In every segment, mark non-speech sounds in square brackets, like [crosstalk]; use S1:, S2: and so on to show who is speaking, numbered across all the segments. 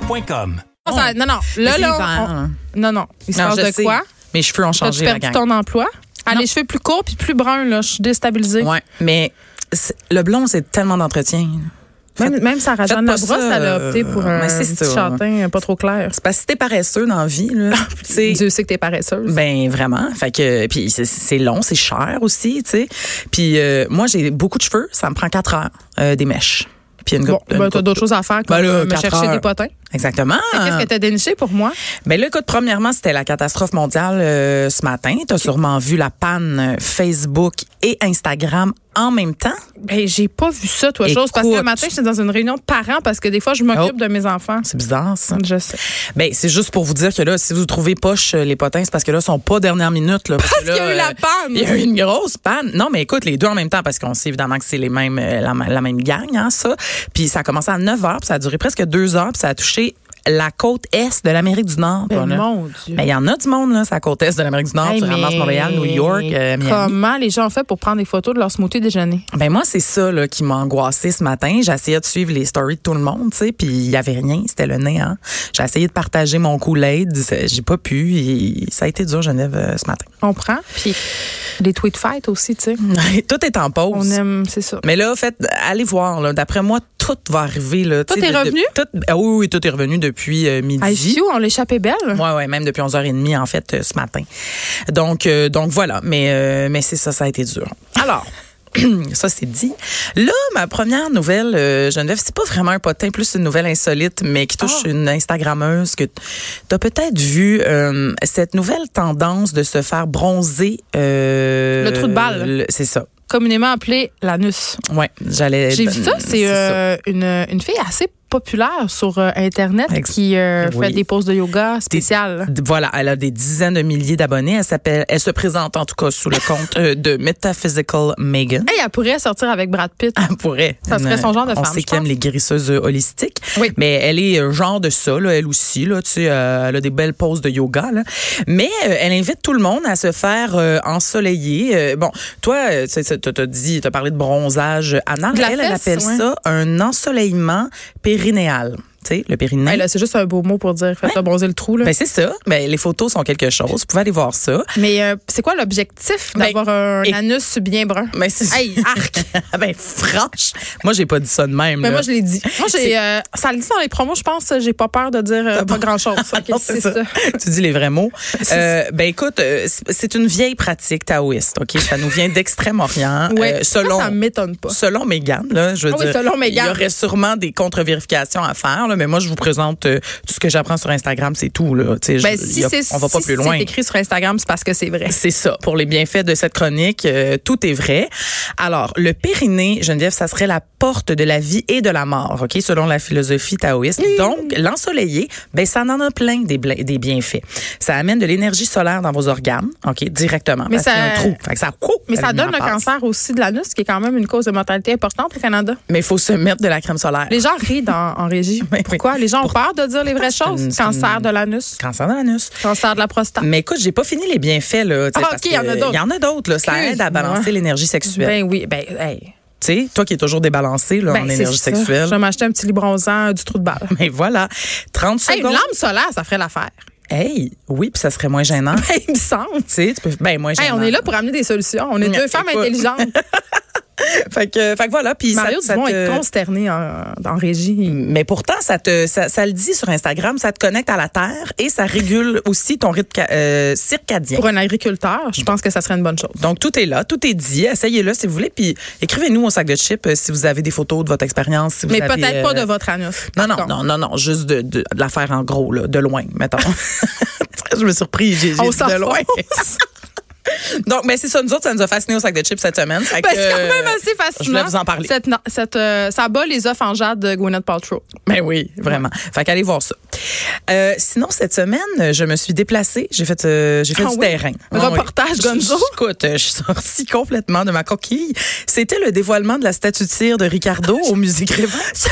S1: public.com.
S2: Non, ça- non, non. Là,
S3: c'est
S2: là,
S3: l'hiver,
S2: on-
S3: hein.
S2: non, non. Il se
S3: Non,
S2: passe
S3: je
S2: de
S3: sais.
S2: quoi?
S3: Mes cheveux ont
S2: As-tu
S3: changé, la
S2: perdu
S3: gang.
S2: ton emploi? Ah,
S3: Non.
S2: les cheveux plus courts puis plus bruns, là. Je suis déstabilisée.
S3: Ouais, mais c'est- le blond, c'est tellement d'entretien.
S2: Même, même Sarah Jeanne
S3: faites pas
S2: Labrosse,
S3: ça,
S2: elle a opté pour
S3: euh,
S2: un
S3: mais c'est
S2: petit
S3: ça.
S2: châtain euh, pas trop clair.
S3: C'est parce que si t'es paresseux dans la vie, là, tu sais,
S2: Ah, Dieu sait que t'es paresseuse.
S3: Ben vraiment, fait que puis c'est- c'est long, c'est cher aussi, tu sais. Puis euh, moi j'ai beaucoup de cheveux, ça me prend quatre heures euh, des mèches. Puis une
S2: bon,
S3: coupe- une
S2: ben,
S3: coupe-
S2: t'as d'autres choses à faire que
S3: Ben là,
S2: euh, me
S3: quatre
S2: chercher
S3: heures. Ah.
S2: des potins.
S3: Exactement.
S2: Fait Qu'est-ce que t'as déniché pour moi?
S3: Mais là, écoute, premièrement, c'était la catastrophe mondiale euh, ce matin. T'as sûrement vu la panne euh, Facebook et Instagram en même temps.
S2: Ben, j'ai pas vu ça, toi, chose. Parce que le
S3: Écoute.
S2: matin, j'étais dans une réunion de parents parce que des fois, je m'occupe
S3: Oh.
S2: de mes enfants.
S3: C'est bizarre, ça.
S2: Je sais.
S3: Ben, c'est juste pour vous dire que là, si vous trouvez poche euh, les potins, c'est parce que là, ils sont pas dernière minute. Là, parce que
S2: qu'il y a
S3: là,
S2: eu la
S3: euh,
S2: panne.
S3: Il y a eu une grosse panne. Non, mais écoute, les deux en même temps, parce qu'on sait évidemment que c'est les mêmes, euh, la, ma- la même gang, hein, ça. Puis ça a commencé à 9 heures, puis ça a duré presque deux heures, puis ça a touché la côte est de l'Amérique du Nord.
S2: Ben,
S3: toi, là.
S2: mon Dieu.
S3: Mais il y en a du monde, là, sur la côte est de l'Amérique du Nord.
S2: Hey,
S3: Ah, tu ramasses
S2: mais
S3: Montréal, New York, euh, Miami.
S2: Comment les gens ont fait pour prendre des photos de leur smoothie déjeuner?
S3: Ben moi, c'est ça là, qui m'a angoissée ce matin. J'essayais de suivre les stories de tout le monde, tu sais, puis il y avait rien, c'était le néant. J'ai essayé de partager mon Kool-Aid, c'est- j'ai pas pu. et ça a été dur, Genève, euh, ce matin.
S2: On prend. Puis les tweets fêtes aussi, tu sais.
S3: tout est en pause.
S2: On aime, c'est ça.
S3: Mais là, faites, allez voir. là. D'après moi, tout va arriver. Là, tu
S2: Tout
S3: sais,
S2: est
S3: de- de-
S2: revenu?
S3: tout- ah oui, oui, tout est revenu depuis euh, midi.
S2: Hey, Fiu, on l'échappait belle.
S3: Ouais, ouais, même depuis 11h30 en fait euh, ce matin. Donc euh, donc voilà, mais euh, mais c'est ça ça a été dur. Alors [clears throat] Ça, c'est dit. Là, ma première nouvelle, euh, Geneviève, c'est pas vraiment un potin, plus une nouvelle insolite, mais qui touche
S2: Ah.
S3: une Instagrammeuse que t'as peut-être vu euh, cette nouvelle tendance de se faire bronzer. euh,
S2: Le trou de balle.
S3: le- C'est ça.
S2: Communément appelée l'anus.
S3: Ouais, j'allais.
S2: J'ai vu ça, c'est
S3: Eh ben, ça.
S2: euh, une, une fille assez populaire sur euh, Internet
S3: Ex-
S2: qui euh,
S3: Oui.
S2: fait des poses de yoga spéciales.
S3: Voilà, elle a des dizaines de milliers d'abonnés. Elle s'appelle, elle se présente en tout cas sous le compte euh, de Metaphysical Megan.
S2: Hey, elle pourrait sortir avec Brad Pitt.
S3: Elle pourrait.
S2: Ça serait son genre de
S3: On
S2: femme,
S3: sait
S2: je
S3: qu'elle aime
S2: pense.
S3: les guérisseuses euh, holistiques.
S2: Oui.
S3: Mais elle est euh, genre de ça, là, elle aussi. Là, tu sais, euh, elle a des belles poses de yoga. Là. Mais euh, elle invite tout le monde à se faire euh, ensoleiller. Euh, bon, toi, euh, tu sais, t'as t'as dit, t'as parlé de bronzage anal.
S2: De la
S3: elle, elle
S2: fesse,
S3: appelle
S2: ouais.
S3: ça un ensoleillement périnéal. Tu sais, le périnée.
S2: Hey, là, c'est juste un beau mot pour dire faites-le bronzer le trou. Là.
S3: Ben, c'est ça. Ben, les photos sont quelque chose. Vous pouvez aller voir ça.
S2: Mais euh, c'est quoi l'objectif
S3: Ben,
S2: d'avoir un
S3: et-
S2: anus bien brun?
S3: Ben, [laughs] c'est
S2: Hey, arc!
S3: ben, franche. Moi, j'ai pas dit ça de même.
S2: Mais
S3: là.
S2: Ben,
S3: [laughs]
S2: moi, je l'ai dit. Moi, j'ai. euh, ça le dit dans les promos, je pense. euh, J'ai pas peur de dire euh, pas
S3: [laughs]
S2: grand-chose. Ok,
S3: Non, c'est ça. tu dis les vrais mots.
S2: C'est
S3: Euh, ben écoute, euh, c'est- c'est une vieille pratique taoïste, ok. Ça nous vient d'Extrême-Orient.
S2: Ouais.
S3: Euh, selon
S2: Ça, ça m'étonne pas.
S3: selon Megan, là, je veux
S2: Ah oui,
S3: dire,
S2: selon
S3: il y
S2: Meghan.
S3: aurait sûrement des contre-vérifications à faire, là, mais moi je vous présente euh, tout ce que j'apprends sur Instagram, c'est tout là. Tu sais, je-
S2: Ben,
S3: il
S2: si
S3: y a-
S2: c'est
S3: on va pas
S2: si
S3: plus loin.
S2: c'est écrit sur Instagram, c'est parce que c'est vrai.
S3: C'est ça. Pour les bienfaits de cette chronique, euh, tout est vrai. Alors, le périnée, Geneviève, ça serait la porte de la vie et de la mort, OK, selon la philosophie taoïste. Donc, l'ensoleillé, ben ça en a plein des, bla- des bienfaits. Ça amène de l'énergie solaire dans vos organes, OK, directement.
S2: Mais
S3: parce qu'il y a
S2: ça-
S3: un trou. Fait que ça, ouh,
S2: Mais ça
S3: l'aliment
S2: donne le
S3: passe.
S2: cancer aussi de l'anus, qui est quand même une cause de mortalité importante au Canada.
S3: Mais il faut se mettre de la crème solaire.
S2: Les gens rient dans- en régie.
S3: [laughs] Oui, oui.
S2: Pourquoi? Les gens ont peur de dire les vraies
S3: C'est une-
S2: choses.
S3: c'est
S2: Cancer
S3: une-
S2: de l'anus,
S3: Cancer de l'anus.
S2: cancer de la prostate.
S3: Mais écoute, j'ai pas fini les bienfaits là. tu sais,
S2: Ah,
S3: parce
S2: OK, il y en a
S3: que
S2: d'autres.
S3: Il y en a d'autres là. Ça aide à
S2: Excuse-moi.
S3: balancer l'énergie sexuelle.
S2: Ben oui, ben, hey.
S3: tu sais, toi qui es toujours débalancé là
S2: Ben,
S3: en
S2: c'est
S3: énergie
S2: ça.
S3: sexuelle.
S2: Je vais m'acheter un petit lit bronzant euh, du trou de balle.
S3: Mais voilà, 30
S2: Hey, une
S3: secondes.
S2: lampe solaire, ça ferait l'affaire. [laughs] Ben,
S3: Hey, oui, puis ça serait moins gênant. tu
S2: Il me semble.
S3: sais, tu peux ben moins gênant.
S2: Hey, on est là pour amener des solutions. On est
S3: Non,
S2: deux
S3: c'est
S2: femmes
S3: pas-
S2: intelligentes.
S3: [laughs] Fait que, fait que voilà, [laughs] puis ça,
S2: Mario
S3: ça
S2: Dumont est
S3: te-
S2: consterné en, en régie.
S3: mais pourtant, ça te, ça, ça le dit sur Instagram, ça te connecte à la terre et ça régule [laughs] aussi ton rythme ca- euh, circadien.
S2: Pour un agriculteur, je pense que ça serait une bonne chose.
S3: Donc tout est là, tout est dit. Essayez-le si vous voulez, puis écrivez-nous au sac de chips euh, si vous avez des photos de votre expérience. si vous
S2: Mais
S3: avez,
S2: peut-être
S3: euh,
S2: pas de votre anus.
S3: Non,
S2: par
S3: non,
S2: contre.
S3: non, non, non, juste de, de, de l'affaire en gros, là, de loin, mettons. [laughs] je me suis surpris, j'ai j'ai
S2: On
S3: dit de loin. [laughs]
S2: s'enfonce.
S3: Donc, mais c'est ça, nous autres, ça nous a fasciné au sac de chips cette semaine. Fait
S2: Ben,
S3: que,
S2: c'est quand même assez fascinant.
S3: je voulais vous en parler.
S2: Cette, na- cette, euh, ça bat les œufs en jade de Gwyneth Paltrow.
S3: Ben oui, vraiment. Fait qu'allez voir ça. Euh, sinon, cette semaine, je me suis déplacée. J'ai fait, euh, j'ai fait
S2: Ah
S3: du
S2: oui?
S3: terrain.
S2: Reportage
S3: oui.
S2: Gonzo?
S3: Je- Écoute, euh, je suis sortie complètement de ma coquille. C'était le dévoilement de la statue de cire de Ricardo
S2: [laughs]
S3: au musée Grévin.
S2: Ah,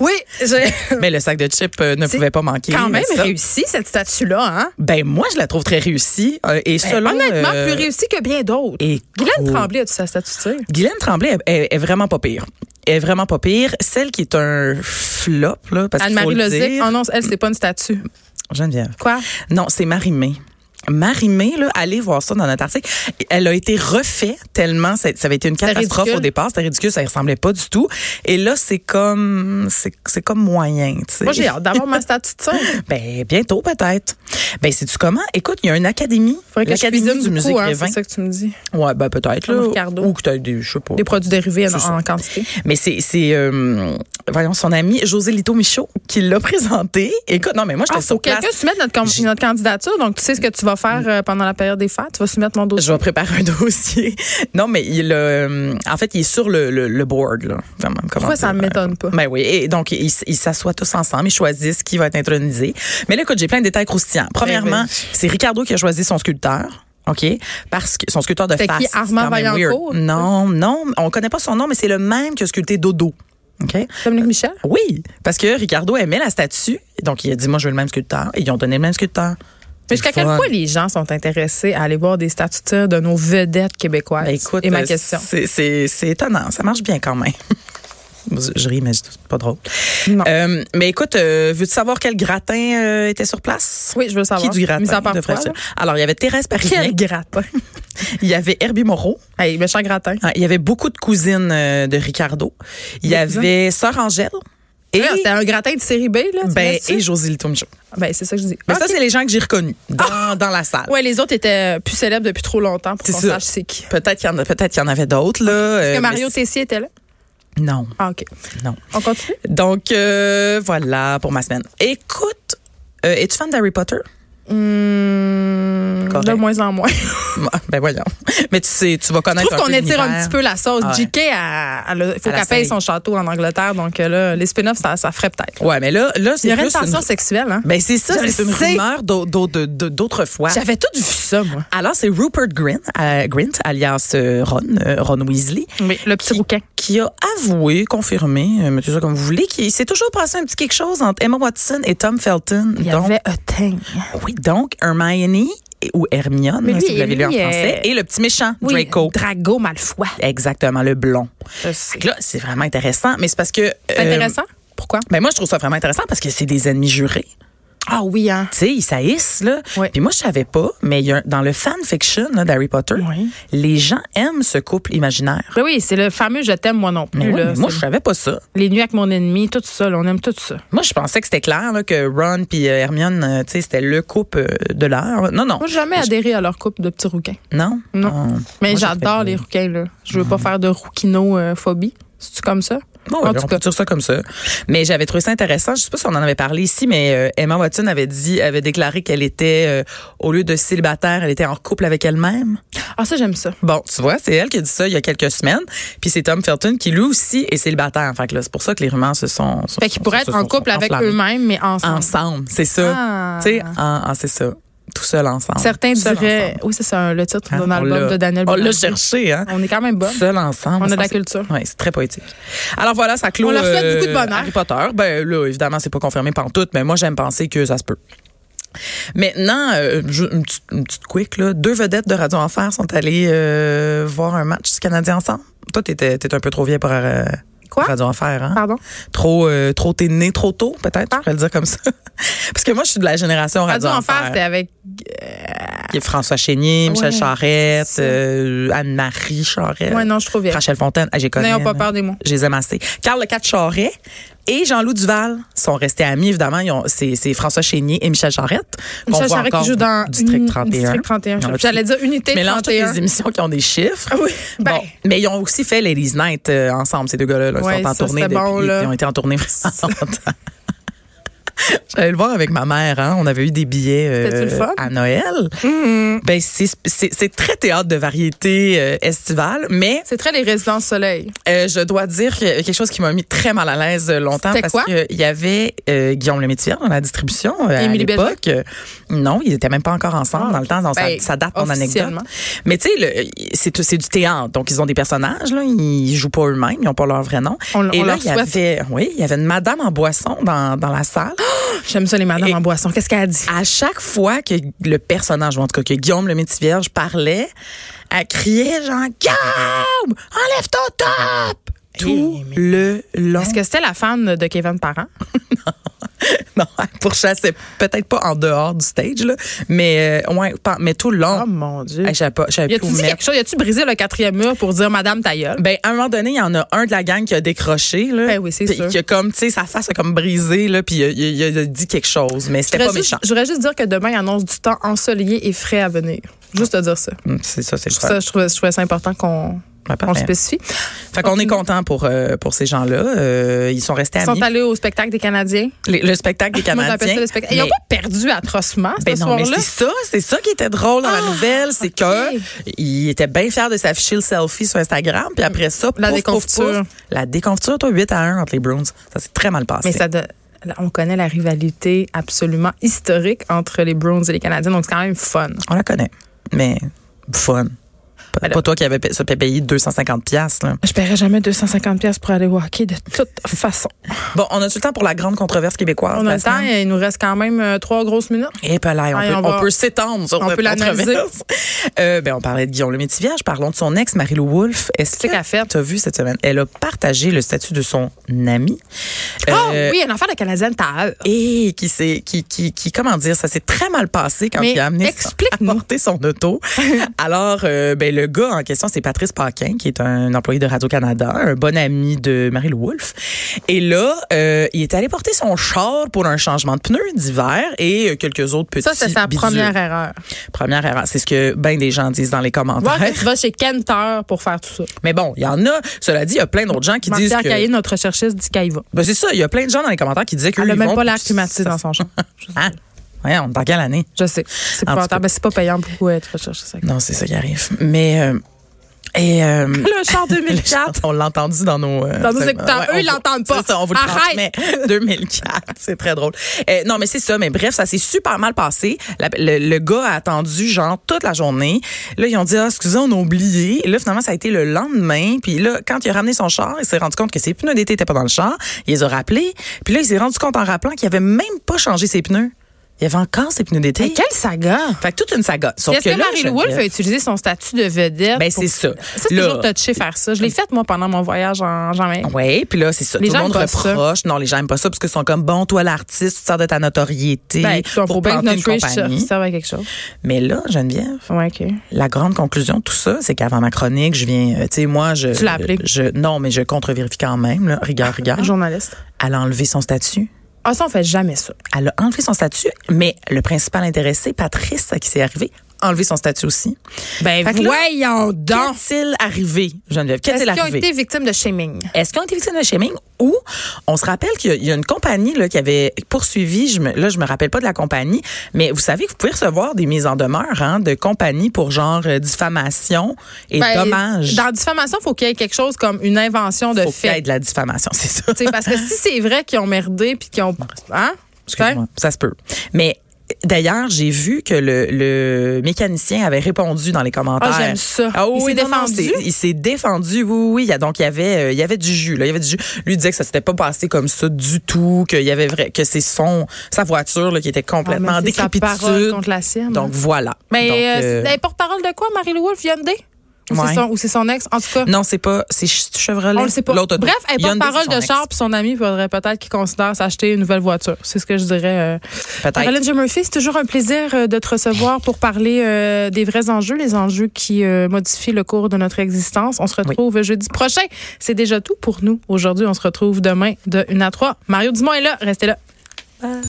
S2: Oui, j'ai
S3: Mais le sac de chips euh, ne pouvait pas manquer.
S2: quand même
S3: ça.
S2: réussi cette statue-là. Hein?
S3: Ben moi, je la trouve très réussie. euh,
S2: Ben,
S3: et selon,
S2: honnêtement,
S3: euh, Oh.
S2: plus réussi que bien d'autres.
S3: et
S2: Guylaine
S3: cool.
S2: Tremblay a-tu sa statue de cire?
S3: Guylaine Tremblay est, est- est vraiment pas pire. est vraiment pas pire. Celle qui est un flop, là, parce qu'il faut
S2: Anne-Marie
S3: le
S2: Lozic.
S3: dire.
S2: Oh non, elle, c'est pas une statue.
S3: Geneviève.
S2: Quoi?
S3: Non, c'est Marie-Mé. Marie-Mé, là, allez voir ça dans notre article. Elle a été refaite tellement, ça, ça avait été une catastrophe
S2: ridicule.
S3: au départ. C'était ridicule, ça y ressemblait pas du tout. Et là, c'est comme, c'est c'est comme moyen, tu sais.
S2: Moi, j'ai hâte d'avoir ma statue de ça.
S3: Ben, bientôt, peut-être. Ben, c'est tu comment? Écoute, il y a une académie.
S2: Faudrait que je
S3: L'académie
S2: cuisine
S3: du musée
S2: beaucoup, hein,
S3: Grévin.
S2: c'est ça que tu me dis.
S3: ouais, ben, peut-être,
S2: Comme
S3: là.
S2: Ricardo.
S3: Ou que t'as des, je sais pas.
S2: Des produits dérivés en,
S3: C'est ça.
S2: en quantité.
S3: Mais c'est, c'est euh, voyons, son ami José Lito Michaud qui l'a présenté. Écoute, non, mais moi, j'étais
S2: Ah, faut
S3: sur
S2: que quelqu'un
S3: place.
S2: soumette notre, com-
S3: J'ai-
S2: notre candidature. Donc, tu sais ce que tu vas faire euh, pendant la période des fêtes. Tu vas soumettre mon dossier.
S3: Je vais préparer un [laughs] dossier. Non, mais il, euh, en fait, il est sur le, le, le board, là. Comment- comment
S2: Pourquoi ça
S3: dire,
S2: m'étonne pas?
S3: Ben oui, et donc ils ils s'assoient tous ensemble, ils choisissent qui va être intronisé. Mais là, écoute, j'ai plein de détails croustillants. Premièrement,
S2: ben.
S3: c'est Ricardo qui a choisi son sculpteur. OK? Parce que son sculpteur de
S2: C'était
S3: face.
S2: qui,
S3: c'est
S2: Armand
S3: quand même weird.
S2: Vaillancourt?
S3: Non, non, on connaît pas son nom, mais c'est le même qui a sculpté Dodo. OK?
S2: Dominique Michel?
S3: Oui, parce que Ricardo aimait la statue, donc il a dit, moi, je veux le même sculpteur, et ils ont donné le même sculpteur.
S2: Mais jusqu'à quel
S3: Fun.
S2: point les gens sont intéressés à aller voir des statues de nos vedettes québécoises?
S3: Ben, écoute,
S2: Et ma
S3: euh,
S2: question.
S3: c'est- C'est c'est étonnant. Ça marche bien quand même. [laughs] Je- Je ris, mais c'est pas drôle.
S2: Non.
S3: Euh, mais écoute, euh, veux-tu savoir quel gratin euh, était sur place?
S2: Oui, je veux savoir.
S3: Qui du gratin?
S2: Mis à part
S3: de
S2: toi,
S3: Fraîcheur?
S2: là.
S3: Alors, il y avait Thérèse Parisien,
S2: Quel gratin?
S3: il y avait Herbie Moreau,
S2: hey, méchant gratin.
S3: hein, il y avait beaucoup de cousines euh, de Ricardo, il y
S2: Des
S3: avait Sœur Angèle et,
S2: Ouais, C'était un gratin de série B, là. Ah, tu
S3: ben,
S2: vois, c'est
S3: et
S2: ça?
S3: José Lito Michaud.
S2: Ben, c'est ça que je dis.
S3: Mais
S2: Ah,
S3: ça, c'est les gens que j'ai reconnus dans, dans la salle.
S2: Ouais, les autres étaient plus célèbres depuis trop longtemps pour
S3: C'est
S2: qu'on
S3: ça.
S2: sache c'est qui.
S3: Peut-être qu'il y, en a- peut-être qu'il y en avait d'autres. là. euh,
S2: Est-ce que
S3: mais
S2: Mario Tessier était là?
S3: c'est- Non,
S2: Ah, OK.
S3: non.
S2: On continue?
S3: Donc, euh, voilà pour ma semaine. Écoute, euh, es-tu fan d'Harry Potter?
S2: Hum, de
S3: Correct.
S2: moins en moins.
S3: ben voyons. [laughs] Mais tu sais, tu
S2: [laughs]
S3: vas
S2: Je
S3: connaître
S2: trouve qu'on
S3: un peu
S2: étire un
S3: l'univers.
S2: petit peu la sauce.
S3: Ah ouais.
S2: JK, a- elle a- il faut
S3: À la
S2: qu'elle paye
S3: série.
S2: son château en Angleterre. Donc euh, là, les spin-offs, ça, ça ferait peut-être.
S3: Ouais, mais là, là
S2: Il y
S3: c'est
S2: aurait une
S3: plus
S2: tension
S3: une...
S2: sexuelle, hein?
S3: Ben c'est ça,
S2: Je le
S3: c'est une
S2: sais.
S3: rumeur d'au- d'au- de- de- d'autrefois.
S2: J'avais tout vu ça, moi.
S3: Alors, c'est Rupert Grint, euh, Grint alias euh, Ron, euh, Ron Weasley,
S2: Oui, le petit rouquin.
S3: qui a avoué, confirmé, euh, mettez ça comme vous voulez, qu'il s'est toujours passé un petit quelque chose entre Emma Watson et Tom Felton.
S2: Il y
S3: Donc,
S2: avait un thing.
S3: oui, donc Hermione et- ou Hermione, hein,
S2: Mais lui,
S3: si vous l'avez lu en
S2: lui, euh,
S3: français, et le petit méchant,
S2: Oui,
S3: Draco.
S2: Drago Malfoy.
S3: Exactement, le blond.
S2: Je sais.
S3: Fait que Là, c'est vraiment intéressant, mais c'est parce que.
S2: C'est intéressant? Pourquoi?
S3: Mais moi, je trouve ça vraiment intéressant parce que c'est des ennemis jurés.
S2: Ah oui, hein?
S3: Tu sais, ils s'haïssent, là.
S2: Oui.
S3: Puis moi, je savais pas, mais il y a un- dans le fanfiction là, d'Harry Potter,
S2: Oui.
S3: les gens aiment ce couple imaginaire.
S2: Ben oui, c'est le fameux je t'aime moi non plus.
S3: Mais oui,
S2: là.
S3: mais moi,
S2: C'est
S3: je savais pas ça.
S2: Les nuits avec mon ennemi, tout ça, là, on aime tout ça.
S3: Moi, je pensais que c'était clair là, que Ron puis euh, Hermione, euh, tu sais, c'était le couple euh, de l'heure. là. Non, non.
S2: Moi, j'ai jamais
S3: Je-
S2: adhéré à leur couple de petits rouquins.
S3: Non.
S2: Non.
S3: Ah.
S2: Mais
S3: Moi, j'ai
S2: j'adore
S3: fait-
S2: les rouquins, là. Je veux
S3: Mhm.
S2: pas faire de rouquinophobie. C'est-tu comme ça?
S3: Bon,
S2: En
S3: ouais,
S2: tout
S3: on peut
S2: cas.
S3: dire ça comme ça. Mais j'avais trouvé ça intéressant. Je sais pas si on en avait parlé ici, mais euh, Emma Watson avait dit, avait déclaré qu'elle était, euh, au lieu de célibataire, elle était en couple avec elle-même.
S2: Ah, ça, j'aime ça.
S3: Bon, tu vois, c'est elle qui a dit ça il y a quelques semaines. Puis c'est Tom Felton qui lui aussi est célibataire. Fait que là, c'est pour ça que les rumeurs se sont. se
S2: Fait qu'ils
S3: sont-
S2: pourraient
S3: se
S2: être en
S3: sont
S2: couple avec
S3: enflammées.
S2: eux-mêmes, mais ensemble.
S3: Ensemble, c'est ça.
S2: Ah.
S3: Tu sais, en- en- c'est ça. Tout seul ensemble.
S2: Certains
S3: Tout seul
S2: diraient.
S3: ensemble.
S2: Oui, c'est ça, le titre
S3: Hein,
S2: d'un
S3: on
S2: album
S3: l'a-
S2: de Daniel
S3: On l'a
S2: Bélanger.
S3: cherché, hein?
S2: On est quand même bon.
S3: Tout seul ensemble.
S2: On a de la
S3: Ça, c'est-
S2: culture.
S3: Oui, c'est très poétique. Alors voilà, ça clôt.
S2: On leur souhaite
S3: euh,
S2: beaucoup de bonheur.
S3: Harry Potter. Ben là, évidemment, c'est pas confirmé pantoute, mais moi, j'aime penser que ça se peut. Maintenant, euh, je- une, petite, une petite quick, là. deux vedettes de Radio Enfer sont allées euh, voir un match du Canadien ensemble. Toi, t'étais t'es un peu trop vieille pour euh,
S2: Quoi?
S3: Radio Enfer, hein?
S2: Pardon? Ah.
S3: Trop, euh, trop t'es né trop tôt, peut-être, on peut le dire comme ça. [laughs] Parce que moi, je suis de la génération Radio,
S2: Radio en face,
S3: Enfer.
S2: c'était avec.
S3: Il y a François Chénier, Michel
S2: Ouais,
S3: Charette,
S2: c'est ça.
S3: euh, Anne-Marie Charette,
S2: Ouais, non, je trouve bien.
S3: Euh, Rachel Fontaine. Ah, j'ai connu.
S2: N'ayons pas
S3: là.
S2: peur des mots.
S3: Je les aime assez. Carl Le Cat Charret et Jean-Loup Duval sont restés amis, évidemment. Ils ont- C'est c'est François Chénier et Michel Charette. qu'on
S2: Michel
S3: voit
S2: Charest
S3: encore
S2: qui joue dans
S3: au District
S2: Uni-
S3: 31.
S2: District 31.
S3: Non,
S2: J'allais dire Unité
S3: Tu mélanges toutes
S2: 31.
S3: les émissions qui ont des chiffres.
S2: oui. Ben,
S3: Bon, mais ils ont aussi fait Ladies Night euh, ensemble, ces deux gars-là. là. Ils
S2: Ouais,
S3: sont en
S2: ça,
S3: tournée
S2: c'était
S3: depuis.
S2: bon, là.
S3: Ils ont été en tournée [laughs] vraiment longtemps. J'allais le voir avec ma mère. Hein. On avait eu des billets euh,
S2: C'était-tu le fun?
S3: à Noël.
S2: hum, hum.
S3: Ben, c'est- c'est c'est très théâtre de variété euh, estivale, mais
S2: C'est très les résidences soleil.
S3: euh, je dois dire que- quelque chose qui m'a mis très mal à l'aise euh, longtemps
S2: C'était
S3: parce
S2: quoi?
S3: que il y avait euh, Guillaume Lemaitre dans la distribution euh, à
S2: Émilie
S3: l'époque. Euh, Non, ils étaient même pas encore ensemble
S2: Ah,
S3: dans le temps. donc ça-
S2: ben,
S3: ça, date mon anecdote.
S2: officiellement.
S3: Mais tu sais, le- c'est c'est du théâtre, donc ils ont des personnages là, ils jouent pas eux-mêmes, ils ont pas leur vrai nom.
S2: On-
S3: Et
S2: on
S3: là,
S2: leur
S3: il y
S2: souhaite.
S3: avait, oui, il y avait une madame en boisson dans, dans la salle.
S2: J'aime ça, les madames
S3: Et-
S2: en boisson. Qu'est-ce qu'elle a dit?
S3: À chaque fois que le personnage, ou en tout cas que Guillaume le métier vierge parlait, elle criait genre Guillaume, enlève ton top.
S2: tout
S3: Eh, le long.
S2: Est-ce que c'était la fan de Kevin Parent?
S3: non, [laughs] pour chasser, peut-être pas en dehors du stage, là, mais, euh, ouais, pas- mais tout le long.
S2: Oh mon Dieu.
S3: Eh, je savais pas, je savais
S2: Y a-tu
S3: plus où
S2: dit
S3: mettre.
S2: quelque chose? Y a-tu brisé le quatrième mur pour dire Madame ta gueule?
S3: Ben, à un moment donné, il y en a un de la gang qui a décroché, là.
S2: Ben oui, c'est
S3: Puis
S2: sûr.
S3: qui a comme, tu sais, sa face a comme brisé, là, puis il a, il a- il a dit quelque chose, mais c'était
S2: Je
S3: pas
S2: voudrais juste-
S3: méchant.
S2: Je voudrais juste dire que demain, il annonce du temps ensoleillé et frais à venir. Juste te dire ça.
S3: Hum, C'est ça, c'est le
S2: Ça, je trouvais, je trouvais ça important qu'on
S3: Ouais,
S2: qu'on le
S3: parfait.
S2: spécifie.
S3: Fait qu'on est content pour, euh, pour ces gens-là. Euh, ils sont restés
S2: Ils
S3: amis.
S2: sont allés au spectacle des Canadiens.
S3: Les- le spectacle
S2: [laughs]
S3: des
S2: Moi,
S3: Canadiens.
S2: j'appelle ça le spectacle. Ils n'ont
S3: Mais-
S2: pas perdu atrocement ce
S3: ben non, mais
S2: soir-là. Ah,
S3: c'est ça, c'est ça qui était drôle dans la nouvelle, c'est
S2: ok.
S3: que il était bien fier de s'afficher le selfie sur Instagram, puis après ça,
S2: La
S3: pouf, pouf,
S2: déconfiture.
S3: pouf, la déconfiture, toi, 8 à 1 entre les Bruins. Ça s'est très mal passé.
S2: Mais ça de- là, on connaît la rivalité absolument historique entre les Browns et les Canadiens, donc c'est quand même fun.
S3: On la connaît, mais fun. Pas,
S2: Alors-
S3: pas toi qui avais pa- se fait payer 250 pièces.
S2: Je paierai jamais 250 pièces pour aller walker de toute façon.
S3: Bon, on a tout le temps pour la grande controverse québécoise.
S2: On
S3: de la
S2: a le temps,
S3: semaine?
S2: il nous reste quand même euh, trois grosses minutes.
S3: Eh, pas là, on,
S2: Hey,
S3: peut,
S2: on
S3: on
S2: va-
S3: peut s'étendre sur
S2: on
S3: notre
S2: peut l'analyser.
S3: controverse. Euh, ben, on parlait de Guillaume Métivierge, parlons de son ex, Marie-Lou Wolfe. Est-ce
S2: C'est
S3: que
S2: qu'à faire.
S3: tu as vu cette semaine? Elle a partagé le statut de son ami.
S2: Ah
S3: Euh,
S2: oui, un affaire de Canadienne, t'as heure.
S3: Et qui s'est, qui, qui, qui, comment dire, ça s'est très mal passé quand
S2: Mais
S3: il a amené, son-
S2: explique-nous.
S3: [laughs] apporté
S2: [laughs]
S3: son auto. Alors, euh, ben, le gars en question, c'est Patrice Paquin, qui est un employé de Radio-Canada, un bon ami de Marie lou Wolfe. Et là, euh, il est allé porter son char pour un changement de pneus d'hiver et euh, quelques autres petits
S2: Ça, c'est sa
S3: bidules.
S2: première erreur.
S3: Première erreur. C'est ce que ben des gens disent dans les
S2: Voir
S3: commentaires.
S2: que tu vas chez Kenteur pour faire tout ça.
S3: Mais bon, il y en a. Cela dit, il y a plein d'autres gens qui disent
S2: Marc-Pierre
S3: que...
S2: Caillé, notre chercheuse, dit qu'elle y va.
S3: Ben, c'est ça, il y a plein de gens dans les commentaires qui disaient que
S2: Elle a même pas l'air climatisée dans son champ.
S3: [laughs] Ah, on dans quelle année?
S2: Je sais. C'est
S3: En
S2: pas,
S3: tout cas.
S2: c'est pas payant pour être
S3: [laughs]
S2: rechercheuse.
S3: Non, c'est ça qui arrive. Mais euh, et
S2: [laughs]
S3: euh,
S2: Le char 2004.
S3: on l'a entendu dans nos euh,
S2: Dans nos
S3: c'est-
S2: écouteurs. Eux,
S3: on
S2: ils
S3: vous-
S2: l'entendent pas.
S3: c'est ça, on vous le
S2: Arrête.
S3: transmet.
S2: [laughs]
S3: 2004, c'est très drôle. Euh, non, mais c'est ça. Mais bref, ça s'est super mal passé. La- le, le gars a attendu genre toute la journée. Là, ils ont dit ah, excusez, on a oublié. Et là, finalement, ça a été le lendemain. Puis là, quand il a ramené son char, il s'est rendu compte que ses pneus d'été étaient pas dans le char. Il les a rappelés. Puis là, il s'est rendu compte en rappelant qu'il avait même pas changé ses pneus. Il avait encore ses pneus d'été.
S2: Mais quelle saga!
S3: Fait que toute une saga. Sauf
S2: Est-ce que,
S3: là,
S2: Marie-Lou Wolfe
S3: Geneviève-
S2: a utilisé son statut de vedette?
S3: Ben,
S2: pour-
S3: c'est ça.
S2: Ça, c'est
S3: Là- Ah
S2: toujours touché faire ça. Je l'ai fait, moi, pendant mon voyage en Jamaïque.
S3: Oui, puis là, c'est ça.
S2: Ah Les
S3: Tout
S2: gens
S3: le monde
S2: aiment pas ça.
S3: reproche. Non, les gens aiment pas ça parce qu'ils sont comme, bon, toi, l'artiste, tu sors de ta notoriété
S2: Ben, écoute, on
S3: pour
S2: faut bien que
S3: planter une
S2: notre riche ça
S3: compagnie.
S2: serve à quelque chose.
S3: Mais là, Geneviève,
S2: Ouais, OK.
S3: la grande conclusion de tout ça, c'est qu'avant ma chronique, je viens, euh, tu sais, moi, je...
S2: Tu l'as appelée. Ah,
S3: je- Non, mais je contre-vérifie quand même, là. Regarde, regarde.
S2: Journaliste.
S3: Elle a enlevé son statut.
S2: Ah, ça, on fait jamais ça.
S3: Elle a enlevé son statut, mais le principal intéressé, Patrice, à qui c'est arrivé, a enlevé son statut aussi.
S2: Ben,
S3: Fait que là,
S2: voyons donc!
S3: Qu'est-il arrivé, Geneviève?
S2: Est-ce
S3: Qu'est-il
S2: qu'ils ont
S3: arrivé?
S2: été victimes de shaming?
S3: Est-ce qu'ils ont été victimes de shaming ou on se rappelle qu'il y a- il y, a une compagnie là, qui avait poursuivi, je me, là je me rappelle pas de la compagnie, mais vous savez que vous pouvez recevoir des mises en demeure hein, de compagnie pour genre euh, diffamation et
S2: Ben,
S3: dommage.
S2: Dans diffamation, il faut qu'il y ait quelque chose comme une invention de
S3: Faut qu'il y ait
S2: fait.
S3: de la diffamation, [laughs] c'est ça.
S2: Tu sais, parce que si c'est vrai qu'ils ont merdé puis qu'ils ont. Hein?
S3: Excuse-moi, Ça se peut. Mais d'ailleurs, j'ai vu que le, le mécanicien avait répondu dans les commentaires.
S2: Ah, j'aime ça.
S3: Ah
S2: Il
S3: oui,
S2: s'est
S3: non, non,
S2: défendu?
S3: c'est- il s'est défendu. Oui, oui, oui. Il y a, donc il y avait, euh, il y avait du jus. Là, il y avait du jus. Lui il disait que ça s'était pas passé comme ça du tout. Qu'il y avait vrai, que c'est son, sa voiture là, qui était complètement en
S2: Ah, mais c'est sa parole
S3: décrépitude.
S2: contre la sienne.
S3: Donc voilà.
S2: mais
S3: Donc,
S2: euh,
S3: euh,
S2: c'est la porte-parole de quoi, Marie-Lou Wolfe? Hyundai? Ou
S3: Ouais.
S2: c'est son- ou c'est son ex? En tout cas.
S3: non, c'est pas, c'est Ch- Chevrolet.
S2: On le sait pas.
S3: L'autre auto.
S2: Bref, elle porte
S3: Hyundai,
S2: parole
S3: c'est son
S2: de
S3: ex.
S2: Charles puis son ami faudrait peut-être qu'il considère s'acheter une nouvelle voiture. C'est ce que je dirais. euh.
S3: Peut-être.
S2: Caroline J. Murphy, c'est toujours un plaisir euh, de te recevoir pour parler euh, des vrais enjeux, les enjeux qui euh, modifient le cours de notre existence. On se retrouve jeudi prochain. C'est déjà tout pour nous. Aujourd'hui, on se retrouve demain de 1 à 3. Mario Dumont est là. Restez là.